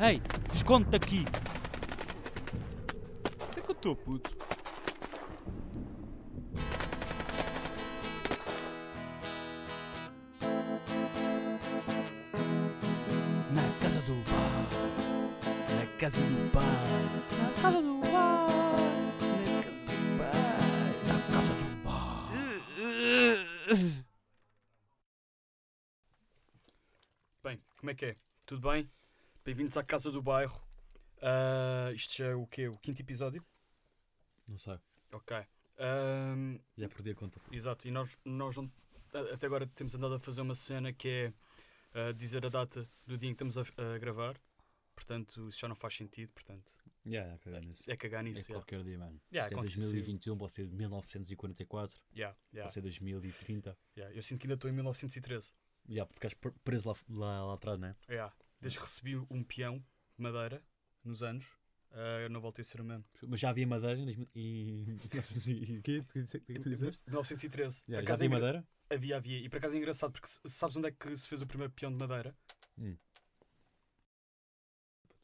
Ei, esconde-te aqui. Onde é que eu estou, puto? Na casa do bar. Na casa do pai. Na casa do bar. Na casa do pai. Na casa do bar. Bem, como é que é? Tudo bem? Bem-vindos à Casa do Bairro. Ah, isto já é o quê? O quinto episódio? Não sei, Ok. Ahm, já perdi a conta. Exato, e nós, nós não- a- até agora temos andado a fazer uma cena que é ah, dizer a data do dia em que estamos a, a gravar, portanto isso já não faz sentido, portanto Já, yeah, cagar nisso. é cagar É nisso. qualquer dia, mano. Yeah, Isto é acontece isso. 2021, pode ser 1944, yeah, yeah, pode ser 2030. yeah. Eu sinto que ainda estou em 1913. Já, yeah, ficaste pre- preso lá, lá, lá atrás, não é? Yeah. Desde que recebi um peão de madeira nos anos, ah, eu não voltei a ser o mesmo. Mas já havia madeira em 2000 e... e- O que é que tu disseste? 1913. Por acaso é Yeah, já havia engra- madeira? Havia, havia. E por acaso é engraçado, porque se- sabes onde é que se fez o primeiro peão de madeira? Hum.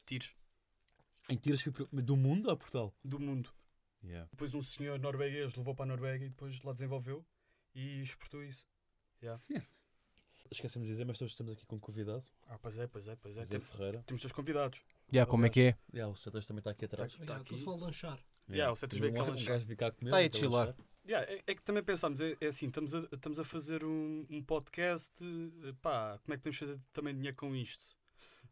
Tiros. Em tiras fui pro- do mundo a Portugal? Do mundo. Depois um senhor norueguês levou para a Noruega e depois lá desenvolveu e exportou isso. Esquecemos de dizer, mas hoje estamos aqui com um convidado, Ah, pois é, pois é, pois é. Zé Temos, Ferreira. temos dois convidados. Já, como é que é? Yeah, o Setas também está aqui atrás. Tá- tá aqui. a lanchar. Yeah, o Setas veio cá um, um lanchar. gajo veio cá comer. Tá aí veio cá de chilar. lanchar. Yeah, é, é que também pensámos, é, é assim, estamos a, estamos a fazer um, um podcast, eh, pá, como é que podemos fazer também dinheiro com isto?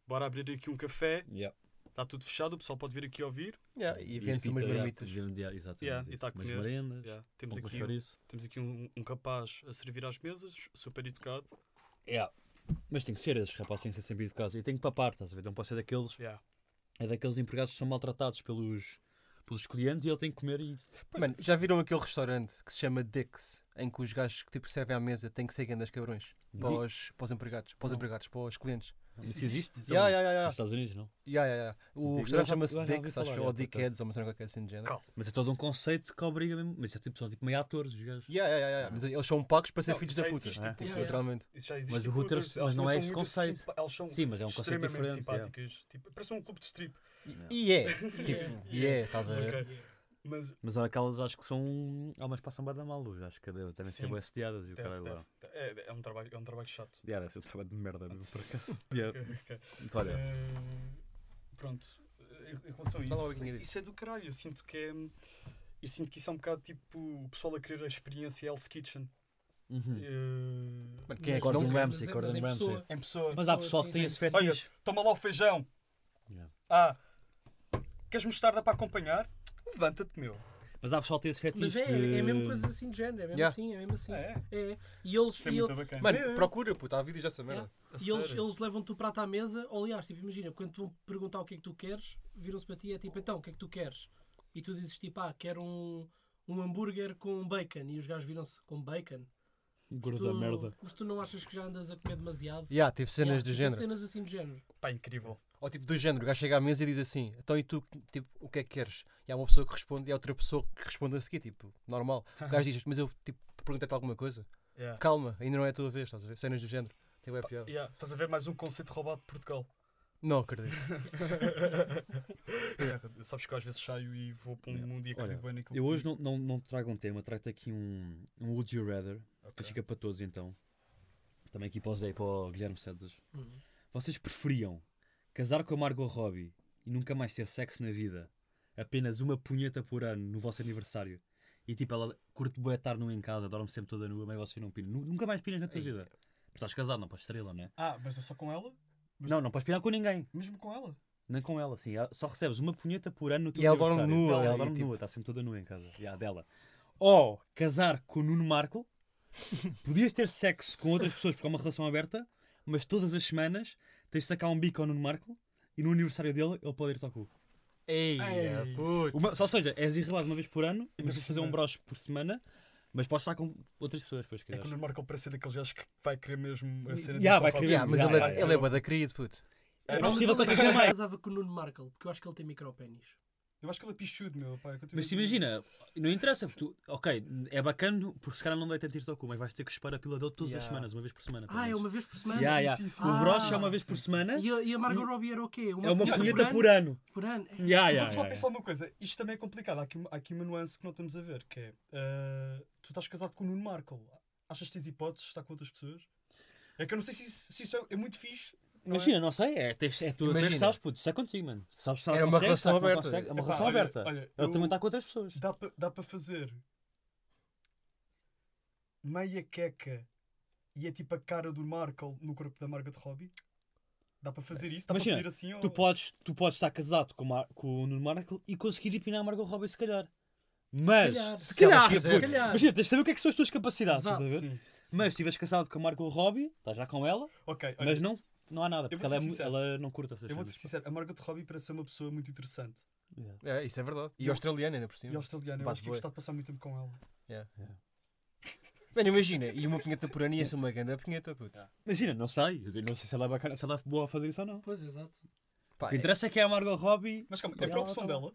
Bora abrir aqui um café, Yeah. está tudo fechado, o pessoal pode vir aqui ouvir. e vende umas pita, yeah, marmitas. vende- yeah, Exatamente. Yeah, e isso. tá a Umas comer. merendas. Yeah, Temos um aqui, um, chouriço. temos aqui um, um rapaz a servir às mesas, super educado. Yeah. É. Mas tem que ser esses rapazes, têm que ser sempre educados. E tem que papar, estás a ver? Não pode ser daqueles, Yeah. é daqueles empregados que são maltratados pelos, pelos clientes e ele tem que comer e. Mano, já viram aquele restaurante que se chama Dex, em que os gajos que tipo servem à mesa têm que ser grandes cabrões para os, para os empregados, para os empregados, para os clientes. Isso, existe? então, Isso Ya, é ya, ya, Nos ya. Estados Unidos, não? Ya, ya, ya. Eu O já- restaurante eu já chama-se ouvi Dex, falar, acho é, eu, ou por acaso. Dickheads, ou uma cena qualquer assim de género. Calma. Mas é todo um conceito que obriga mesmo. Mas é tipo, são tipo meio atores, os gajos. Ya, ya, ya, ya. Mas eles são pagos para ser Não, filhos já da puta. existe, não é? tipo, Tipo, isso- Literalmente. Isso já existe. Mas em o Hooters, Hooters, mas elas não também é são esse muito conceito. simpa- Elas são Sim, mas é um conceito extremamente diferente. yeah. simpáticas. Tipo, parece um clube de strip. E é. Tipo, e é, estás a ver? Ok. Mas Mas olha, aquelas acho que são. Há umas passam bada mal, luz. Acho que devem devem ser Sim. bem assediadas e o deve, cara deve. lá. É, é um trabalho, é um trabalho chato. Yeah, deve ser um trabalho de merda mesmo, por acaso. Ok, Yeah. ok. É, Então, olha, Eh, pronto. Eh, Em relação a Fala o isso, que tinha dito. isso é do caralho. Eu sinto que é. Eu sinto que isso é um bocado tipo o pessoal a querer a experiência Hell's Kitchen. é, uhum. Eh, Mano, quem é que Gordon não... Ramsay, Gordon Ramsay. em pessoa. Mas há pessoal que tem esse Olha, fetiche. toma lá o feijão. Yeah. Ah, queres mostarda para acompanhar? Levanta-te, meu. Mas há pessoal que tem esse fetiche. Mas é, é a mesma de- coisa assim de género, é mesmo Yeah. assim, é mesmo assim. Ah, É. é? E eles, Isso é e muito ele- bacana. Mano, procura, puta, há vídeos dessa merda. A e eles, sério? eles levam-te o prato à mesa, ou aliás, tipo, imagina, quando te vão perguntar o que é que tu queres, viram-se para ti e é tipo, então, o que é que tu queres? E tu dizes tipo, ah, quero um, um hambúrguer com bacon. E os gajos viram-se com bacon. Gorda tu, merda. Mas tu não achas que já andas a comer demasiado? Ya, tipo cenas Yeah, do tipo, género. Cenas assim de género. Pá, incrível. Ou tipo do género, o gajo chega à mesa e diz assim, então e tu, tipo, o que é que queres? E há uma pessoa que responde e há outra pessoa que responde a seguir, tipo, normal. O gajo diz, mas eu, tipo, perguntei-te alguma coisa. Yeah. Calma, ainda não é a tua vez, estás a ver? Cenas do género. Tipo, é pior. Yeah, Estás a ver mais um conceito roubado de Portugal. Não acredito. Yeah, Sabes que eu às vezes saio e vou para um Yeah. mundo e acredito bem Olha, naquilo Eu que hoje não, não, não te trago um tema, trago-te aqui um, um Would You Rather, que Ok. fica para todos então. Também aqui para o Zé e para o Guilherme Sedas. Uhum. Vocês preferiam casar com a Margot Robbie e nunca mais ter sexo na vida, apenas uma punheta por ano no vosso aniversário, e tipo ela curte bué estar nua em casa, dorme sempre toda nua, mas você não pina. Nu- Nunca mais pinas na tua Ei. vida. Porque estás casado, não podes estrela, não é? Ah, mas é só com ela? Mas- Não, não podes pinar com ninguém, Mesmo com ela? nem com ela, assim. Ela- Só recebes uma punheta por ano no teu E ela dorme aniversário. nua, Ela e dorme tipo- nua, está sempre toda nua em casa. E a dela. Ou casar com o Nuno Marco, podias ter sexo com outras pessoas porque é uma relação aberta, mas todas as semanas tens de sacar um bico ao Nuno Marco e no aniversário dele ele pode ir-te ao cu. Ei, Ei. puto. Uma, só seja, és irrelado uma vez por ano, mas tens de fazer um broche por semana, mas podes estar com outras pessoas depois, É que o calhar. Nuno Marco parece ser daqueles gajos que vai querer mesmo a cena Yeah, do vai Pornhub. querer. Ya, mas Ya, ele ya, é, ya. ele é bué da querido, puto. É Não, mas possível eu que eu seja não mais. casava com o Nuno Markle, porque eu acho que ele tem micropénis. Eu acho que ele é pichudo, meu. Pá, eu continuo- Mas te imagina, não interessa, porque tu, ok, é bacana, porque se calhar não dá tanto isto ao cu, mas vais ter que chupar a pila dele todas as Yeah. semanas, uma vez por semana. pelo Ah, é menos. uma vez por semana? Yeah, Sim, yeah. sim, sim, O sim. broche é Ah, uma vez sim, por sim. semana, E a, e a Margot Robbie era o quê? é uma por colheita ano? por ano. Por ano. É, Yeah, Eu yeah, vou só yeah, pensar uma coisa. Isto também é complicado. Há aqui, uma- há aqui uma nuance que não estamos a ver, que é... eh, tu estás casado com o Nuno Marco. Achas que tens hipóteses de estar com outras pessoas? É que eu não sei se isso, se isso é, é muito fixe. não é? Imagina, não sei, é, tens- é tu como é que Imagina. sabes, puto, isso é contigo, mano. Sabes, sabes, Era uma consegues, relação sabes, não aberta. consegues, É uma Epá, relação olha, aberta. olha, Ele eu- também está com outras pessoas. Dá para dá pa fazer meia queca e é tipo a cara do Marco no corpo da Margot Robbie? Dá para fazer isso? Dá para Imagina, pedir assim? Tu ao- podes, tu podes estar casado com, o Mar- com o Nuno Markle e conseguir empinar a Margot Robbie, se calhar. Mas, calhar. Se calhar, puto, se calhar. Imagina, tens de saber o que é que são as tuas capacidades, Exato, estás a ver? Sim. Mas se estiveres casado com a Margot Robbie, estás já com ela, Ok, olha, mas não, não há nada, eu porque vou-te ela, é ser mu- sincero. ela não curta essas eu vou-te ser coisas. sincero. A Margot Robbie parece ser uma pessoa muito interessante. Yeah. É, isso é verdade. E australiana ainda por E cima. australiana, eu Bad acho que ia boy. gostar de passar muito tempo com ela. Mano, imagina, e uma punheta por ano ia ser uma grande punheta, puto. Imagina, não sei, eu não sei se ela é bacana, se ela é boa a fazer isso ou não. Pois, exato. Pá, O que interessa é que é a Margot Robbie. tá Mas calma, é para a opção dela.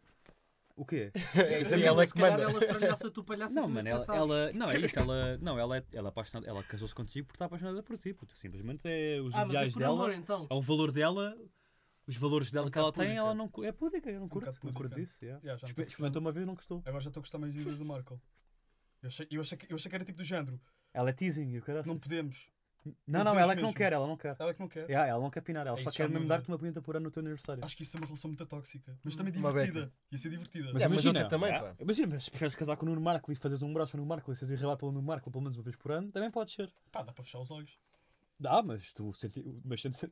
O quê? é, isso é Imagina, ela é se que calhar manda. ela estralhaça, tu palhaça, Não, tu mano, nunca ela, sabes. ela- Não, é isso, ela. Não, ela é, ela é apaixonada. Ela casou-se contigo porque está apaixonada por ti. Puto. Simplesmente é os Ah, mas é ideais por dela. amor, então. É um valor dela. Os valores dela um que ela bocado tem, púdica. ela não. cu- É púdica, eu não curto. um bocado não curto púdica. disso. yeah. Yeah, já não estou a Exper- gostar. Experimentou uma vez e não gostou. Agora já estou a gostar mais ainda do Marco. Eu achei, eu, achei que, eu achei que era tipo do género. Ela é teasing e o caralho. Não Não, podemos. não, não ela é que mesmo. não quer, ela não quer. Ela é que não quer. Yeah, ela não quer pinar, ela É, só isso já quer mesmo muda. dar-te uma punheta por ano no teu aniversário. Acho que isso é uma relação muito tóxica. Mas também Uma divertida. Ia ser divertida. Mas- É, outra também, é, pá. Imagina, mas se preferes casar com o Nuno Marco e fazeres um broche no Nuno Marco e seres irrebatado pelo Nuno Marco pelo menos uma vez por ano, também pode ser. Pá, dá para fechar os olhos. Dá, mas tu senti. Mas sente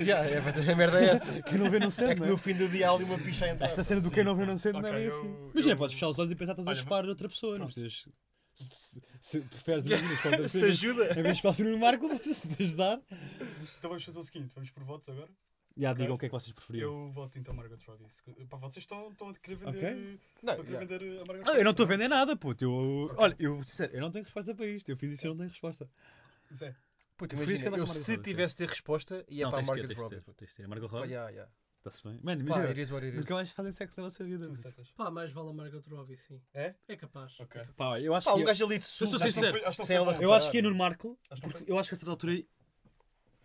Yeah, é, mas a merda é essa. Quem não vê não sente, É que não é? no fim do dia há ali uma picha a entrar. Esta cena do quem não vê não sente não é Ok, bem eu- assim. Imagina, eu- podes fechar os olhos e pensar que estás a Olha, chupar outra pessoa, não pronto. precisas. Se, se- se preferes, imagina, escolhe outra Se pessoa. te em vez- ajuda. Em vez de fazer no Marco, mas se te ajudar. Então vamos fazer o seguinte: vamos por votos agora. Já, Ok. digam o que é que vocês preferiam. Eu voto então Margot Robbie. Se- Pá, vocês estão, estão a querer vender, eh, Ok. estão Não, a querer yeah. vender eh, a Margot Ah, eu não estou a vender nada, puto. Eu, Olha, eu, sincero, eu não tenho resposta para isto. Eu fiz isto e eu não tenho resposta. Zé, Tu Puto, preferias casar imagina, com eu a Margot se Robbie, tivesse de ter resposta, ia não, é para a tens de ter, Margot tens de Robbie. ter, puto. tens de ter. A Margot Pá, Robbie, yeah, yeah. está-se bem. Mano, Pá, imagina, it is what it is. nunca mais fazem sexo na vossa vida. tu puto. me setas. Pá, mais vale a Margot Robbie, sim. É? É capaz. Ok. Pá, olha, eu acho Pá, que. um gajo ali de sul. sou acho que sincero, foi- acho que não sem foi ela mal. Eu acho que ia no Marco, Acho que não porque eu acho que a certa altura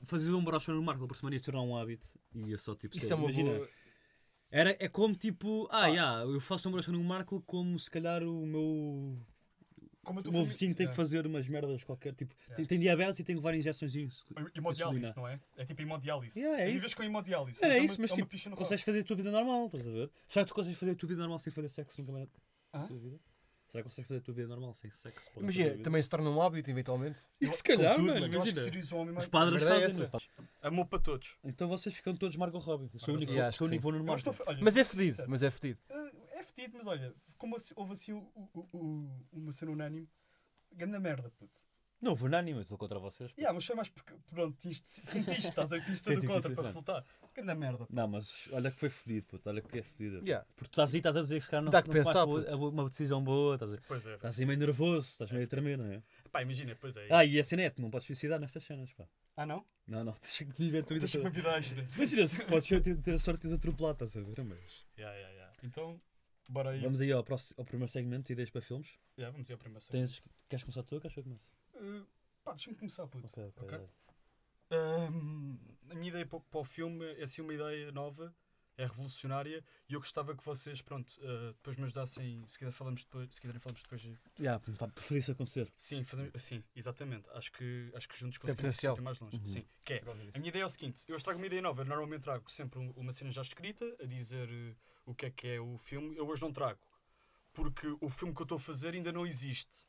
fazer um broche no Marco por semana ia se tornar um hábito e ia só tipo Isso ser- é uma imagina. boa... Era, é como tipo, ah, yeah, eu faço um broche no Marco como se calhar o meu, Como eu o estou meu feliz- é. vizinho tem Yeah. que fazer umas merdas qualquer, tipo, Yeah. tem, tem diabetes e tem que levar injeções de insu- Hemodiálise, Insulina. não é? É tipo hemodiálise. Yeah, é Tu isso. vives com hemodiálise. Era é isso, uma- mas é uma tipo, picha no Consegues fazer a tua vida normal, estás a ver? Será que tu consegues fazer a tua vida normal sem fazer sexo nunca mais? Ah? Tua vida? Será que consegues fazer a tua vida normal sem sexo? Pode ser a Imagina, vida. também se torna um hábito, eventualmente. E se calhar, Tudo, mano, Eu acho que imagina. serias um homem Os mais. padres A verdade é fazem, essa. mano. Amor para todos. Então vocês ficam todos Margot Robbie. Eu sou o único, Yeah, acho sou o que único que vou no Eu acho que Marco. estou- olha, Mas é vou ser fedido, sincero. mas é fedido. Eh, É fedido, mas olha, como assim- houve assim o- o- o- uma cena unânime. Grande merda, puto. Não, vou na anime, estou contra vocês. pô. Yeah, mas foi mais porque, pronto, tinhas de- sentiste, estás a ver? Tinhas Senti tudo que contra isso é para fã. resultar. Grande merda. Não, mas olha que foi fedido, puto. Olha que é fedido. Yeah. Porque tu estás aí, estás a dizer que se calhar não, Dá que não pensar, boa- puto. a boa- uma decisão boa. Estás, a- Pois é. estás aí meio nervoso, estás meio a tremer, não é? Pá, imagina, pois é. Ah, e a cena é, tu não podes suicidar nestas cenas, pá. Ah, não? Não, não, tens que viver a tua vida Deixa uma toda. vida extra. Imagina, se podes ser- ter, ter a sorte de teres atropelado, estás a ver, Então, mas... Yeah, yeah, yeah. Então, bora aí. Vamos aí ao, próximo, ao primeiro segmento, ideias para filmes. Yeah, vamos ir ao primeiro Uh, segundo. Tens, queres começar tu ou queres que eu comece? Eh, pá, deixa-me começar, puto. Ok, ok. Ok. vai. Ahm, Um, a minha ideia para, o- para o filme é assim uma ideia nova, é revolucionária e eu gostava que vocês, pronto, ah, depois me ajudassem, se quiserem falamos depois, se quiserem falamos depois. Yeah, pá, preferi isso acontecer. Sim, fazemos, sim, exatamente. Acho que, acho que juntos Tem conseguimos ir potencial. sempre mais longe. Uhum. Sim, que é, a minha ideia é o seguinte, eu trago uma ideia nova, eu normalmente trago sempre um- uma cena já escrita a dizer eh, o que é que é o filme, eu hoje não trago. Porque o filme que eu estou a fazer ainda não existe.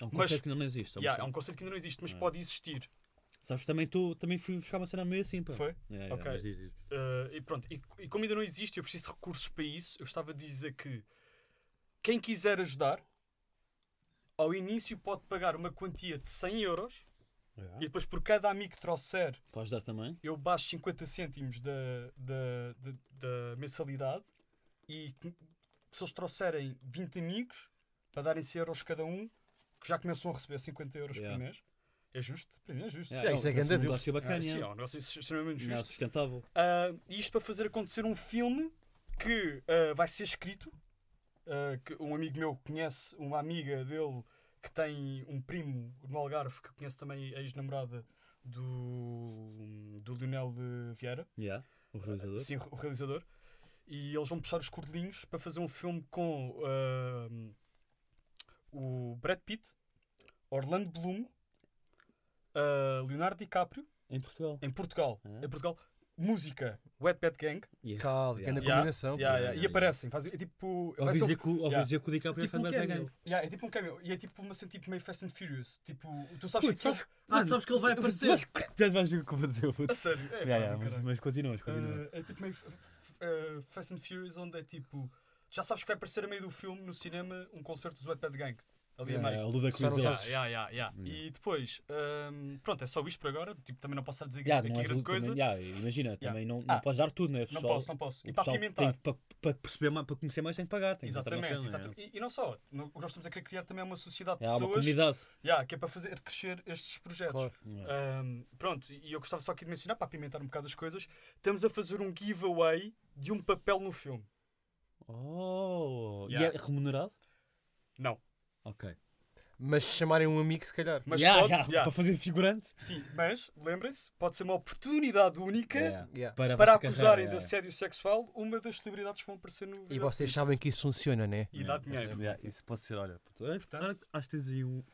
É um Mas- conceito que ainda não existe. é uma Yeah, é cena. um conceito que ainda não existe, mas Ah. pode existir. Sabes, também, tu, também fui buscar uma cena meio assim, pá. Foi? Yeah, yeah, Ok. mas diz, diz. Uh, e pronto, e, e como ainda não existe, eu preciso de recursos para isso. Eu estava a dizer que quem quiser ajudar, ao início pode pagar uma quantia de 100 euros e depois por cada amigo que trouxer, Podes dar também? eu baixo 50 cêntimos da, da, da, da mensalidade e que- se eles trouxerem 20 amigos para darem 100 euros cada um, que já começam a receber 50 euros Yeah. por mês. É justo? Para mim é justo. Yeah, isso é parece grande um negócio Ah, bacana. sim, yeah. é um negócio extremamente Não, justo. sustentável. Ah, E isto para fazer acontecer um filme que ah, vai ser escrito. ah, que um amigo meu conhece uma amiga dele que tem um primo no Algarve que conhece também a ex-namorada do, do Lionel de Vieira. Yeah, o realizador. Sim, o realizador. E eles vão puxar os cordelinhos para fazer um filme com ahm, o Brad Pitt, Orlando Bloom, ah, Leonardo DiCaprio, Em Portugal. em Portugal. Ah. Em Portugal, música, Wet Bad Gang. Cal, Yeah. que anda Yeah. combinação. Yeah, pô. yeah, E yeah. aparecem. Fazem, é tipo. Ouvi vai ser um- dizer que o- ouvi Yeah. dizer que o DiCaprio é Tipo fã um da Batman. cameo. yeah, é tipo um cameo. E é tipo uma cena tipo meio Fast and Furious. Tipo, tu sabes Putz, que sabes- Ah, tu sabes que ele vai aparecer. Já vais ver o que eu vou dizer. A sério. É, pá, Yeah, yeah, do mas, caralho. mas continuas, continuas. Uh, é tipo meio f- f- uh, Fast and Furious, onde é tipo. Já sabes que vai aparecer a meio do filme no cinema um concerto do Wetpad Gang. Ali a Yeah, meio. Ah, a Luda Só não Cruz. sabes- Yeah, yeah, yeah. E depois, um, pronto, é só isto por agora. Tipo, também não posso estar a dizer Yeah, aqui não és grande o- também- coisa. yeah, imagina, também não, não Ah. podes dar tudo, não é? não Pessoal, posso, não posso. o E para pessoal apimentar. tem- Para, para perceber mais, para conhecer mais, tem que pagar. Tem que entrar na Exatamente, cena, exatamente. E, e não só, no- o que nós estamos a querer criar também é uma sociedade de É, há uma pessoas comunidade. yeah, que é para fazer crescer estes projetos. Claro. Um, pronto, e eu gostava só aqui de mencionar, para apimentar um bocado as coisas, estamos a fazer um giveaway de um papel no filme. Oh, Yeah. e é remunerado? Não. Ok. Mas se chamarem um amigo, se calhar. Mas Yeah, pode, yeah, um yeah. Para fazer figurante? Sim, mas lembrem-se, pode ser uma oportunidade única Yeah. Yeah. Para, a para vossa acusarem de carreira, assédio sexual uma das celebridades que vão aparecer no. E videoclipe. vocês sabem que isso funciona, né? E dá yeah. dinheiro. Yeah, Isso pode ser, olha. puto, é, Portanto- acho- Acho que tens aí um-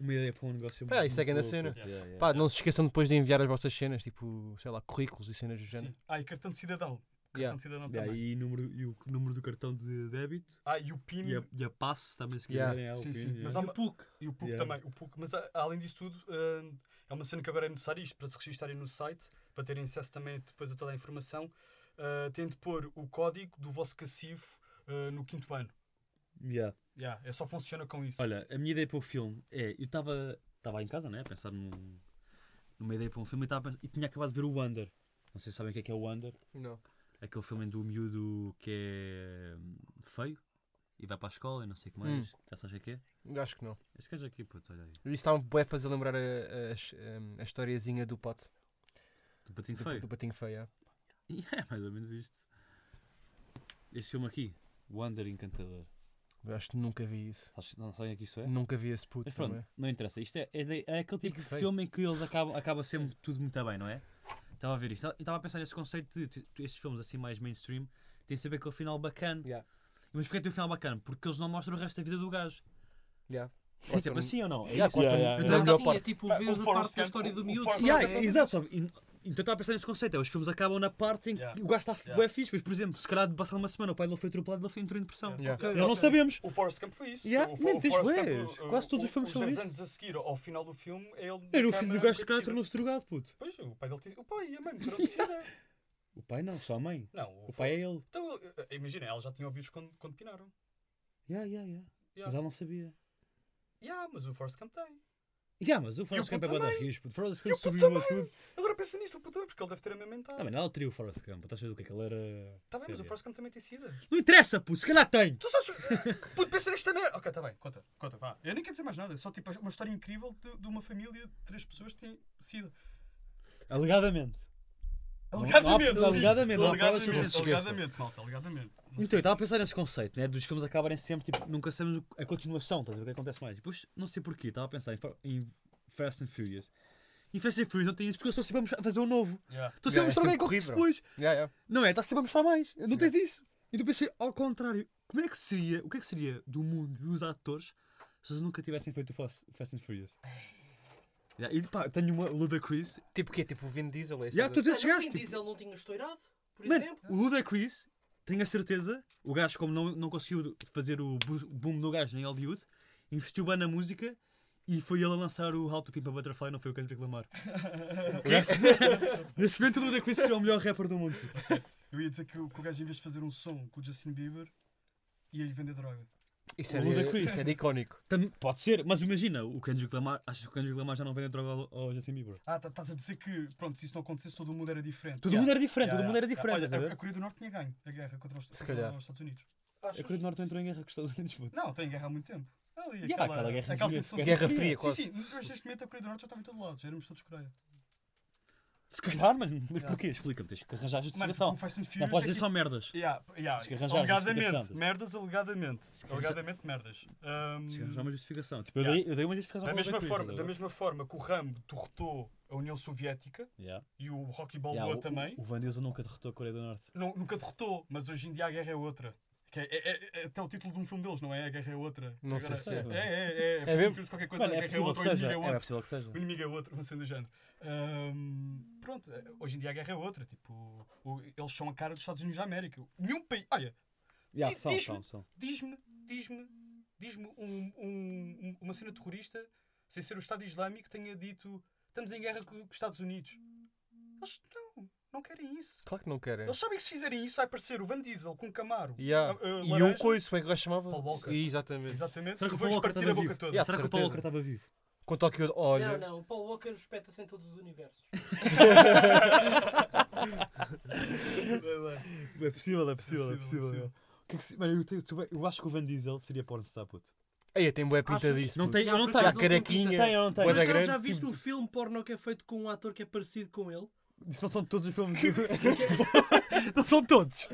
uma ideia para um negócio. Pá, isso é grande boa, cena. puto, yeah, yeah. Pá, não se esqueçam depois de enviar as vossas cenas, tipo, sei lá, currículos e cenas do género. Sim. Ah, e cartão de cidadão. Cartão Yeah. de cidadão Yeah, também. e, número, e o número do cartão de débito Ah, e o PIN e a, e a passe também, se Yeah. quiserem. é o Sim, PIN, sim, yeah. mas E há o uma- PUC. e o PUC Yeah. também. O PUC, mas a- além disso tudo, hum, é uma cena que agora é necessária isto para se registarem no site, para terem acesso também depois a toda a informação. ah, têm de pôr o código do vosso cacifo ah, no quinto ano. Yeah. Yeah, é só funciona com isso. Olha, a minha ideia para o filme é. Eu estava estava em casa, né? A pensar num- numa ideia para um filme e, tava a pens- e tinha acabado de ver o Wonder. Não sei se sabem o que é que é o Wonder. É Não. Aquele filme do miúdo que é hum, feio e vai para a escola e não sei o que mais. Já sabes o que é? Acho que não. Esse gajo aqui, puto, olha aí. Isso estava bué a fazer lembrar a, a, um, a- a historiazinha do pote, Do patinho do, feio. do patinho feio. é. E é mais ou menos isto. Este filme aqui, Wonder Encantador. Eu acho que nunca vi isso. Sabes- Não sabem o que isto é? Nunca vi esse puto Mas pronto, também. não interessa. Isto é, é, de- é aquele tipo de feio. filme em que eles acabam, acaba sempre tudo muito bem, não é? Estava a ver isto. E estava a pensar nesse conceito de, de, de estes filmes assim mais mainstream têm sempre aquele final bacana. Yeah. Mas porquê que tem um final bacana? Porque eles não mostram o resto da vida do gajo. Yeah. É sempre assim ou não? É Yeah, isso? corta- Yeah, Eu yeah, tenho a Ah, melhor sim, é parte. tipo Ah, vês o a Forrest parte da Gump- história do o miúdo. Forrest só Yeah, que é- exato. só- e- Então estava a pensar nesse conceito. É, os filmes acabam na parte em que Yeah. o gajo está Yeah. bué fixe. Mas, por exemplo, se calhar de passar uma semana o pai dele foi atropelado e ele foi entrou em depressão. Yeah. Yeah. Ok, Nós não ok. sabemos. O Forrest Gump foi isso. Yeah, O Fo- man, o tens Forrest bués. o- Quase todos o- os filmes são dez isso. anos a seguir, ao final do filme, é ele. Era o na filho do cama, gajo que se calhar suicida. tornou-se drogado, puto. Pois, o pai dele tinha. O pai e a mãe tornou-se O pai não, só a mãe. Não, o, O pai é ele. Então, ele- eh, imagina, ela já tinha ouvidos quando, quando pinaram. Yeah, yeah, yeah. Mas Yeah. ela não sabia. Yeah, mas o Forrest Gump tem. Yeah, mas o Forrest E o Gump é puto bué da também. risco. O Forrest E o Gump puto subiu a também. tudo. Agora pensa nisso, o puto é porque ele deve ter amamentado. Ah, mas ela teria o Forrest Gump. Estás a ver do que é que ele era? Tá bem, mas o sério. Forrest Gump também tem sida. Não interessa, puto. Se calhar tem. Tu sabes. Puto, pensa nesta merda. Ok, tá bem, conta, conta, vá. Eu nem quero dizer mais nada, é só tipo uma história incrível de, de uma família de três pessoas que têm sida. Alegadamente. Não- não há- Alegadamente, sim. alegadamente, não há provas sobre Alegadamente, isso. alegadamente, malta, alegadamente. Não Então, eu estava a pensar nesse conceito, né? Dos filmes acabarem sempre, tipo, nunca sabemos o- a continuação. Estás a ver o que acontece mais. Depois, não sei porquê. Estava a pensar em, Fa- em Fast and Furious. E Fast and Furious não tem isso porque eles estão sempre a fazer um novo. Yeah. Estão sempre a Yeah, é mostrar o que é que acontece sempre horrível. depois. Yeah, yeah. Não é? Está sempre a mostrar mais. Não tens isso. Então pensei, ao contrário, como é que seria, o que é que seria do mundo dos atores se eles nunca tivessem feito o Fast, Fast and Furious? Yeah, e pá, tenho uma Ludacris. Tipo o quê? Tipo o Vin Diesel? É isso? Yeah, todos Ah, esses mas o gajos. Vin tipo, Diesel não tinha estourado, por Mano, exemplo. o Ludacris, tenho a certeza, o gajo, como não, não conseguiu fazer o bu- boom do gajo em Hollywood, investiu bem na música e foi ele a lançar o How to Pimp a Butterfly, não foi o Kendrick Lamar. Nesse- Nesse momento, o Ludacris seria o melhor rapper do mundo. puto. Eu ia dizer que o, que o gajo, em vez de fazer um som com o Justin Bieber, ia-lhe vender droga. Isso O era, Ludacris. isso era icónico. Tam- Pode ser, mas imagina, o Kendrick Lamar, achas que o Kendrick Lamar já não vende droga ao, ao Justin Bieber? Ah, tá- estás a dizer que, pronto, se isso não acontecesse, todo o mundo era diferente. Todo Yeah. mundo era diferente, Yeah, todo mundo era yeah. diferente. Olha, estás a a, a ver? Coreia do Norte tinha ganho a guerra contra os, Se calhar. contra os Estados Unidos. a Coreia do Norte entrou em guerra com os Estados Unidos, puto. Não, tem guerra há muito tempo. Ali, Yeah, aquela guerra fria, tensão Guerra sempre. Fria, Sim, quase. sim, mas neste momento a Coreia do Norte já estava em todo lado, já éramos todos Coreia. Se calhar, mano. Mas Yeah. porquê? Explica-me, tens que arranjar Mano, justificação. o Fast and Não Furious é podes tipo, dizer só merdas. Yeah, yeah, Tens que arranjar alegadamente, justificação. merdas alegadamente. Alegadamente merdas. Ahm, Tens que arranjar Um, uma justificação. Tipo, eu, Yeah. dei, eu dei uma justificação Da para tá mesma, Black Panther, forma, da agora. mesma forma que o Rambo derrotou a União Soviética Yeah. e o Rocky Balboa Yeah, o- também, O Van Diesel nunca derrotou a Coreia do Norte. não- nunca derrotou, mas hoje em dia a guerra é outra. Que é, é- é- é até o título de um filme deles, não é? A guerra é outra. Não Agora, sei se é. É, é, é. é, Fast and mesmo? Furious qualquer coisa, Mano, a é guerra é possível que outra, o inimigo seja. é Era outro. possível que seja. O inimigo é outro, uma cena do género. Ahm, pronto, eh, hoje em dia a guerra é outra. Tipo, o- eles são a cara dos Estados Unidos da América. Nenhum país. Olha, Yeah, Diz- são, diz-me- são, são. diz-me, diz-me, diz-me um- um- um- uma cena terrorista, sem ser o Estado Islâmico, que tenha dito estamos em guerra com, com os Estados Unidos. Eles não, não querem isso. Claro que não querem. Eles sabem que se fizerem isso vai aparecer o Van Diesel com um Camaro. Yeah. ah, ah, É. E é. um laranja. coisa, como é que o gajo chamava? Paul Walker. Exatamente. Exatamente. Será que o vamos Paul Walker partir a estava boca vivo? toda. Yeah, de Será que o certeza. Paulo Walker estava vivo? Com Tóquio, olha. Não, não, o Paul Walker espeta-se em todos os universos. É possível, é possível, é possível. Mano, eu, tenho- tu- eu acho que o Van Diesel seria pornstar, puto. Aí tem boa pinta Achas? disso. Não puto. tem, eu não por tenho. acaso, ele tem carequinha. pinta. Tenho, eu não tenho. Bué Por da acaso grande. já viste um filme porno que é feito com um ator que é parecido com ele? Isso não são todos os filmes. não são todos.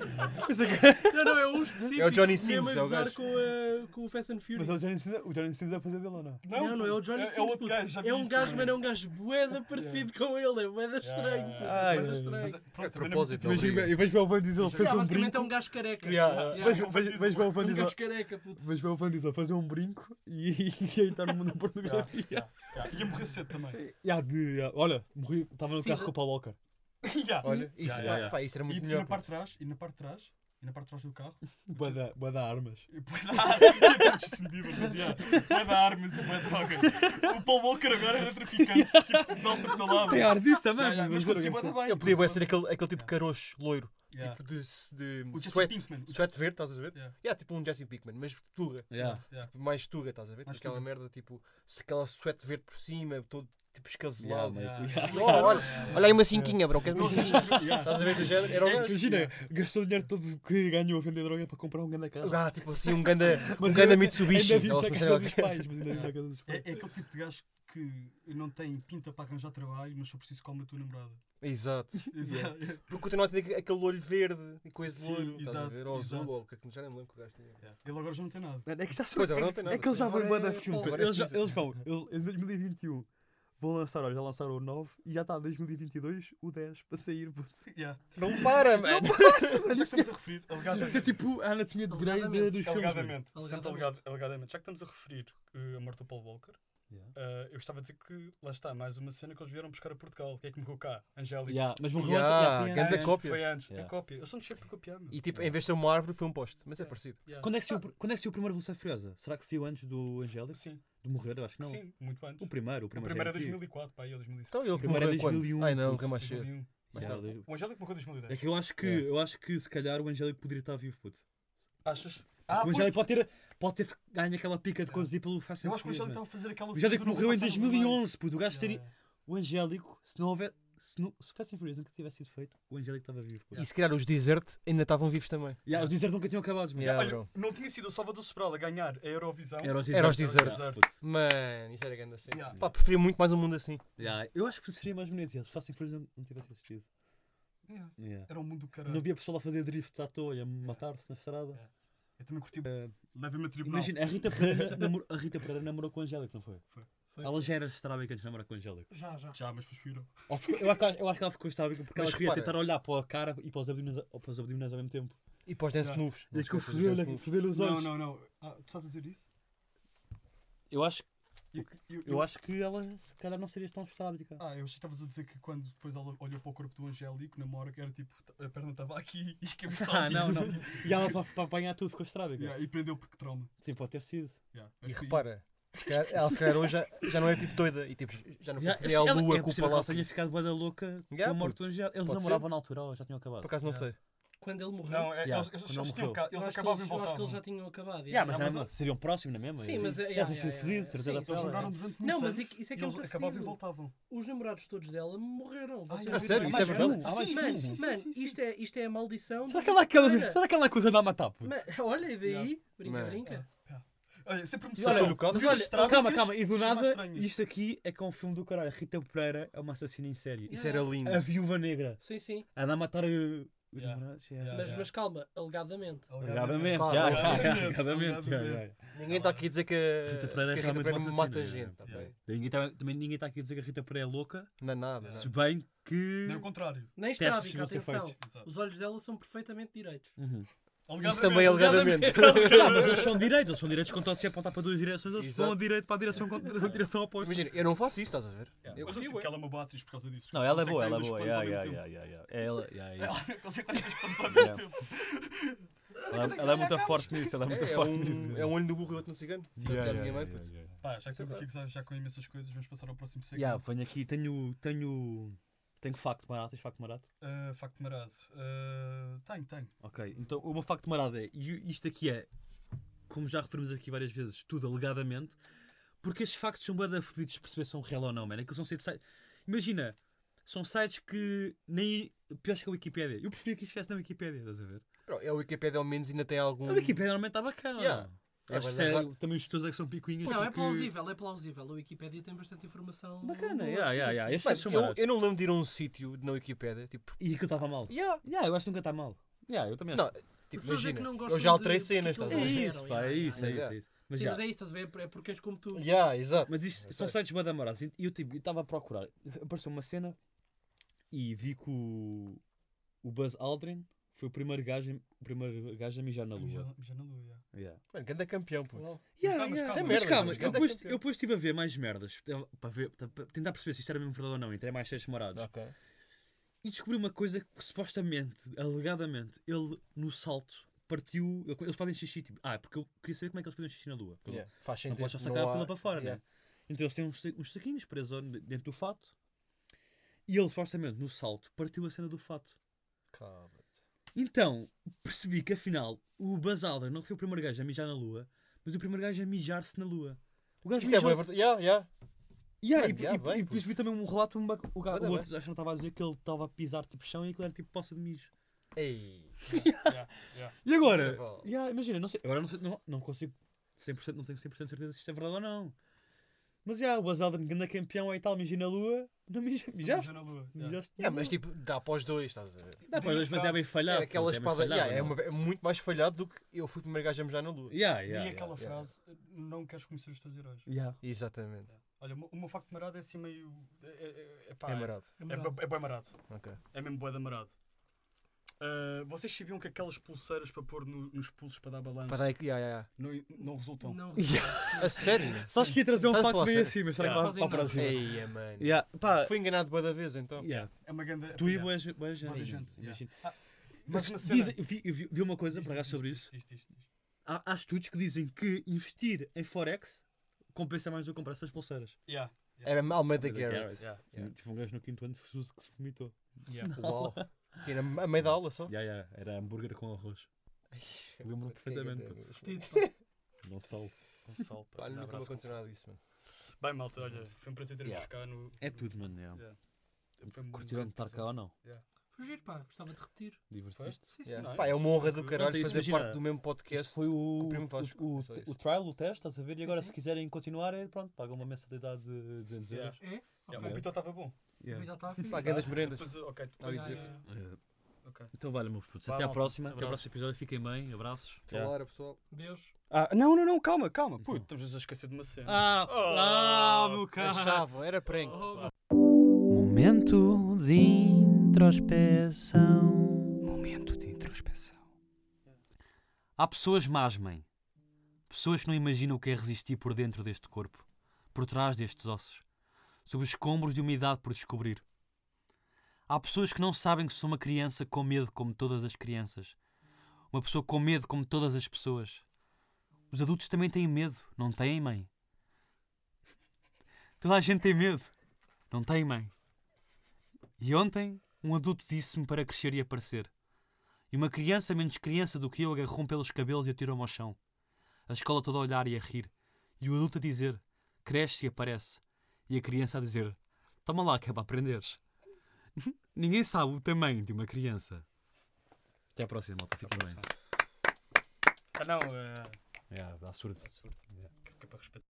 Mas, é que- Não, não, é um específico. É o Johnny mesmo Sins, a é o gozar gajo. com, a- com o Fast and Furious. mas é o Johnny Sins- o Johnny Sins vai fazer dele ou não? Não, não, é o Johnny é, Sins, é outro puto. gajo, já vi É um isso gajo, também. mas é um gajo boeda parecido com ele. É boeda estranho. puto, yeah, é yeah. bué Ai, estranho. Mas, Yeah, pronto, A propósito, também não é me ele- vejo bem o Van Diesel basicamente é um gajo careca. Yeah, Yeah, Vejo é um vejo- vejo bem o Van Diesel. gajo careca, puto. Vejo bem o Van Diesel fazer um brinco e, e a entrar no mundo da pornografia. Yeah, Ia morrer cedo também. Ya, de- ya, Olha, morri, estava no Sim, carro de- com o Paul Walker. Yeah. Olha, isso, yeah, pá, yeah. pá, isso era E, muito e melhor. na parte de trás, e na parte de trás, e na parte de trás do carro. Boa da, bué da armas. E põe da arma, Justin Bieber, mas assim, yeah, põe da arma, isso é bué droga. O Paul Walker agora era traficante, tipo, de alta pedalada. Tem ar disso também, Yeah, yeah, mas mas- acontecia bué da bem. Ele podia bué ser aquele, aquele tipo de caroço loiro. Yeah. Tipo de, de O Jesse sweat, Pinkman. O sweat verde, estás a ver? Yeah. Yeah. tipo um Jesse Pinkman, mas tuga. Ya. Yeah. Tipo, mais tuga, estás a ver? Mais aquela tuga. merda, tipo, se- aquela sweat verde por cima, todo tipo Ya, escaselado. mano. Yeah, Ya. Oh, olha, olha aí uma cinquinha, bro. que é Não, bonito. Estás a ver do género? Era o É, gajo. Imagina, gastou o dinheiro todo que ganhou a vender droga para comprar um grande carro. Ah, tipo assim, um ganda, um Mas ganda ainda- Mitsubishi. Ainda vimos Elas na casa começaram a- dos pais, mas ainda vimos na casa dos É, pais. é aquele tipo de gajo que não tem pinta para arranjar trabalho, mas só preciso calma a tua namorada. Exato. Exato. Porque continua a ter aquele olho verde e coisa de Sim, loiro. Estás a exato, ver? Ou azul, exato. ou o que é que- já nem me lembro que o gajo tinha. Yeah. Ele agora já não tem nada. Mano, É que já são- Pois, agora é- não tem nada, É que eles já agora vão embora é da filme. Paul, pá. agora é Eles, já- cinza. eles vão. ele- Em 2021 vão lançar, olha, já lançaram o 9 e já tá está 2022 o 10 para sair. puto. Yeah. Não para, mano! Já que estamos a referir, Isso é alegadamente. tipo a anatomia de Grey de- dos filmes. mano. Alegadamente, sempre Alegadamente. alegado- alegadamente. Já que estamos a referir eh, a morte do Paul Walker, Yeah. eh, eu estava a dizer que lá está, mais uma cena que eles vieram buscar a Portugal. Quem é que morreu cá? Angélica. Ya, Mas morreu Ya, antes. ya, grande foi Antes, antes. co- cópia. Foi antes. Yeah. É cópia. Eles são sempre a copiar, meu. E tipo, em vez de ser uma árvore, foi um poste. Mas é parecido. Yeah. Quando é que saiu o- quando é que saiu o primeiro Velocidade Furiosa? Será que saiu antes do Angélico? Ah, Sim, De morrer? Eu acho que não. sim, muito antes. O primeiro, o O primeiro primeiro. é já antigo. 2004, pá, aí é 2005. Então ele que primeiro é morreu quando? 2001, Ai não, puto. morreu mais cedo. 2001. Mais Já, é tarde. dois- O Angélico morreu em 2010. É que eu acho que, Yeah. eu acho que se calhar o Angélico poderia estar vivo, puto. Achas? Ah, o pois, Angélico pode ter, pode ter ganho aquela pica de coisas aí pelo Fast and eu acho que o Furious, Angélico mano. estava a fazer aquela O Angélico cena do morreu em passado é? no meio. 2011, puto. O gajo Yeah, teria... yeah. O Angélico, se não houver... Se, não, se Fast and Furious nunca tivesse sido feito, o Angélico estava vivo, puto. E se calhar os Desert ainda estavam vivos também. Yeah, os dizer nunca tinham acabado, mano. Yeah, Olha, bro. não tinha sido o Salvador Sobral a ganhar a Eurovisão. Era os Era os Desert, tá, Desert. puto. Mano, isso era grande assim. Yeah. Pá, preferia muito mais um mundo assim. Yeah, Eu acho que seria mais bonito se o Fast and Furious não, não tivesse existido. Yeah. Yeah. Era um mundo do caralho. Não havia pessoal a fazer drifts à toa e a matar-se na estrada. Yeah. Eu também curti. Eh, Leva-me a tribunal. imagina, a Rita, Pereira namorou, a Rita Pereira namorou com o Angélico, não foi? Foi. Ela já era estrábica antes de namorar com o Angélico. Já, já. Já, mas depois viram. Ou ficou- Eu acho, que ela- eu acho que ela ficou estável porque Mas ela queria repara- tentar olhar para a cara e para os abdominais, ou para os abdominais ao mesmo tempo. E para os Dance Yeah. Moves. E Não aquilo esqueças dos Dance fodeu-lhe Moves. fodeu os Não, olhos. não, não. Ah, tu estás a dizer isso? Eu, acho, Eu, eu acho que ela, se calhar, não seria tão estrábica. Ah, eu achei que estavas a dizer que quando depois ela olhou para o corpo do Angélico, na hora que era tipo, t- a perna estava aqui e a cabeça Ah, aqui. não, não. E ela, para, para apanhar tudo, ficou estrábica. Yeah, e prendeu porque trauma. Sim, pode ter sido. Yeah, E acho que- repara, se calhar- ela se calhar hoje já, já não era tipo doida. E tipo, já é não confundia a lua com o ela palácio. tinha ficado bada louca Yeah, com a morte puto. do Angélico. Eles Pode namoravam na altura, ou já tinham acabado. Por acaso não sei. Quando ele morreu, Não, é, Yeah, eles, quando eles, ele eles tinham morreu. cá, eu eles acho que acabavam e eu acho que voltavam. eles já tinham acabado. Yeah, yeah. mas, mas não, eu- seriam próximos, não é mesmo? Sim, mas é- Deve yeah, ter sido yeah, fodido, yeah. certeza Sim, sim, Eles sim. absoluta. namoraram durante muitos Não, mas anos é que- isso é e que é eles muito acabavam e fedido. voltavam. Os namorados todos dela morreram. Ah, Vocês é viram? sério? Isso é Mas- verdade? Ah, Ah, sim, mano, sim, mano, sim, sim, Isto, é, isto é a maldição. Será da que ela é aquela, Vera. será que ela é coisa de a matar, puto? Mas, olha, daí, brinca, Mano. brinca. Olha, é sempre me E olha, disseram. no caso, vidas olha, é trágicas é calma, calma, e do são mais nada, estranhas. isto aqui é com um filme do caralho. Rita Pereira é uma assassina em série. Isso era lindo. A viúva negra. Sim, sim. Anda a matar uh, os Yeah. namorados. Yeah. Mas, mas calma, alegadamente. é Alegadamente, Claro, já, claro. já, Alegadamente, alegadamente, já, alegadamente. já. Ninguém está aqui a dizer que a Rita Pereira é que a realmente uma assassina. mata yeah. gente. ok? Yeah. Ninguém tá- Também ninguém está aqui a dizer que a Rita Pereira é louca, Não é nada. se bem que... Nem é o contrário. Nem Testes estrábica, vão ser atenção. feitos. Exato. Os olhos dela são perfeitamente direitos. Uhum. Isso também é alegadamente. Ah, mas eles são direitos, eles são direitos quando estão assim a apontar para duas direções, eles Exato. vão direito para a direção, contra- a direção oposta. Imagina, eu não faço isso, estás a ver? Eu Eu curti, sinto ué. que ela é uma boa atriz por causa disso. assim, Não, ela é Consegue boa, ela é estar boa. aí nos Yeah, yeah, pontos ao mesmo yeah, yeah, yeah. Ela, yeah, yeah. tempo. Ela consegue estar nos pontos ao Yeah. mesmo tempo. Ela- ela é muito forte nisso, ela é muito É, é forte um, nisso. é um olho no burro e outro no cigano. Se eu te dizia bem, puto. Pá, já que estamos aqui a gozar já com imensas coisas, vamos passar ao próximo segmento. Yeah, venho aqui, tenho. Tenho. Tenho facto marado, tens facto marado? Ah, facto marado. Ah, tenho, tenho. Ok, então o meu facto marado é. E isto aqui é. Como já referimos aqui várias vezes, tudo alegadamente. Porque estes factos são bué da fodidos de perceber se são real ou não, mano. É que são sites. sites- Imagina, são sites que nem. Piores que a Wikipédia. Eu preferia que isto estivesse na Wikipédia, estás a ver? Bro, é o Wikipedia ao menos ainda tem algum. A Wikipédia normalmente está bacana. Yeah. não? É, Acho que mas isso Hum. é- é raro. também os estudos é que são picuinhas. Não, é porque- plausível, é plausível. A Wikipédia tem bastante informação. Bacana, boa, yeah, sim, yeah, sim. yeah. é Estes Mano, sites são eu, marados. eu não lembro de ir a um sítio na Wikipedia. Tipo, E aquilo estava mal. yeah. Yeah, eu acho que nunca está mal. Yeah, eu também acho. Não, As tipo pessoas é que imagina. não eu gostam já alterei de- cenas, daquilo estás a É ver? Eles isso, eram, pá, é yeah, isso, é isso, yeah, yeah. é isso. Mas Sim, já. mas é isso, estás a ver? É porque és como tu. Yeah, exato. Mas isto são sites bué da morados. E eu tipo, estava a procurar. Apareceu uma cena e vi que o, o Buzz Aldrin foi o primeiro gajo, o primeiro gajo a mijar na Já, Uhum. lua. já não dou, yeah. Yeah. Mano, grande campeão, puto. Yeah, calma, yeah. calma. Mas Sem calma, merdas, eu ganda depois, campeão. eu depois estive a ver mais merdas eh, para, ver, para tentar perceber se isto era mesmo verdade ou não. Entrei mais seis morados. Ok. E descobri uma coisa que supostamente, alegadamente, ele no salto partiu. ele- Eles fazem xixi, tipo, ah, porque eu queria saber como é que eles fazem xixi na lua. Yeah. Faz Não sentido. podes só sacar a há- pila para fora, yeah. né? Então eles têm uns, sa- uns saquinhos presos ao- dentro do fato. E ele, supostamente, no salto, partiu a cena do fato. Calma. Então, percebi que afinal, o Buzz Aldrin não foi o primeiro gajo a mijar na lua, mas o primeiro gajo a mijar-se na lua. O gajo Isso é bem mijou-se. verdade. Yeah, yeah. Yeah, e, Mano, yeah, e- bem, e depois vi também um relato, uma, o, ga- Olha o outro acho que ele estava a dizer que ele estava a pisar tipo chão e aquilo era tipo poça de mijo. Ei. E agora? Incrível. Yeah, imagina, não sei, agora não, sei- não, não consigo 100%, não tenho 100% certeza se isto é verdade ou não. Mas já, yeah, o Azaldrin, grande campeão é e tal, mija na lua, não mija, mijaste? Já na lua. yeah. Mijaste? na Yeah, mas lua. tipo, dá para os dois, estás a ver? Dá para dois, mas é bem falhado. É aquela puto, bem espada. falhado, yeah, é, não. uma- é muito mais falhado do que eu fui o primeiro gajo a mijar na lua. Yeah, E yeah, aquela yeah. yeah. frase, não queres conhecer os teus heróis. Yeah. Exatamente. Olha, o meu- o meu facto marado é assim meio. É, é, é, pá, É é- marado. É, bo- é boi marado. Ok. É mesmo boi da marado. Uh, Ah, vocês sabiam que aquelas pulseiras para pôr no- nos pulsos para dar balanço Para aí, yeah, yeah, não, não resultam? Não, yeah. A sério? Sabes que ia trazer um Estás a facto falar bem sério? assim, mas será que Yeah. vai para o Fazem nada. próximo? Ei, mano. Yeah, pá, Fui enganado boa da vez então. yeah. É uma grande. Tu e é, boa gente. Boa Boa gente. gente, imagina. Mas Se- uma cena- dizem- Ah, vi, eu vi, vi uma coisa Diz, por acaso diz, sobre diz, isso. diz, diz, diz. Há, há estudos que dizem que investir em Forex compensa mais do que comprar essas pulseiras. Yeah. Era Almeida Almeida Garrett. Garrett. Yeah. Tive um gajo no quinto ano que se, que se vomitou. Uau. Que era a meio da aula só. Yeah, yeah, era hambúrguer com arroz. Lembro-me perfeitamente. putz. Não só. Com sal, pá. Pá, Um nunca me abraço com aconteceu nada disso, mano. sal. Bem, malta, olha, foi um prazer ter-vos Yeah. cá no. É tudo, mano. Yeah. Yeah. Foi um Curtiram de grande estar prazer. tá cá ou não? Fugir, pá, gostava de repetir. Divertiste? Sim, sim. Yeah. nice. Pá, é uma honra do Não, caralho tem isso, fazer imagina. parte do mesmo podcast. Este foi o, que o primo faz, o, é só o, isso. o trial, o teste, estás a ver? E Sim, agora, sim. se quiserem continuar, é pronto, pagam uma mensalidade de 200 Yeah. euros. É? Yeah, O Ok. Pitó estava bom. A vida está Pá, a fim. grandes merendas. Depois, ok, Estava a depois, dizer. eh, Eh, ok. Então vale, meus putos. Vá, Até à malta. próxima. Até ao Abraço. próximo episódio. Fiquem bem. Abraços. Tchau. Falar, pessoal. Deus. Ah, não, não, não, calma, calma. Então. Puto, estamos a esquecer de uma cena. Ah, Oh, ah, é meu caralho. Achava, era prank, pessoal. Momento de introspeção. Momento de introspeção. Há pessoas más, mãe. Pessoas que não imaginam o que é resistir por dentro deste corpo, por trás destes ossos, sob os escombros de umidade por descobrir. Há pessoas que não sabem que sou uma criança com medo como todas as crianças. Uma pessoa com medo como todas as pessoas. Os adultos também têm medo, não têm, mãe? Toda a gente tem medo, não tem, mãe? E ontem, um adulto disse-me para crescer e aparecer. E uma criança menos criança do que eu agarrou-me pelos cabelos e atirou-me ao chão. A escola toda a olhar e a rir. E o adulto a dizer, cresce e aparece. E a criança a dizer, toma lá que é para aprenderes. Ninguém sabe o tamanho de uma criança. Até à próxima, malta. Fiquem bem. Ah, não, eh, Yeah, absurdo. Absurdo. Que, que é para respeitar.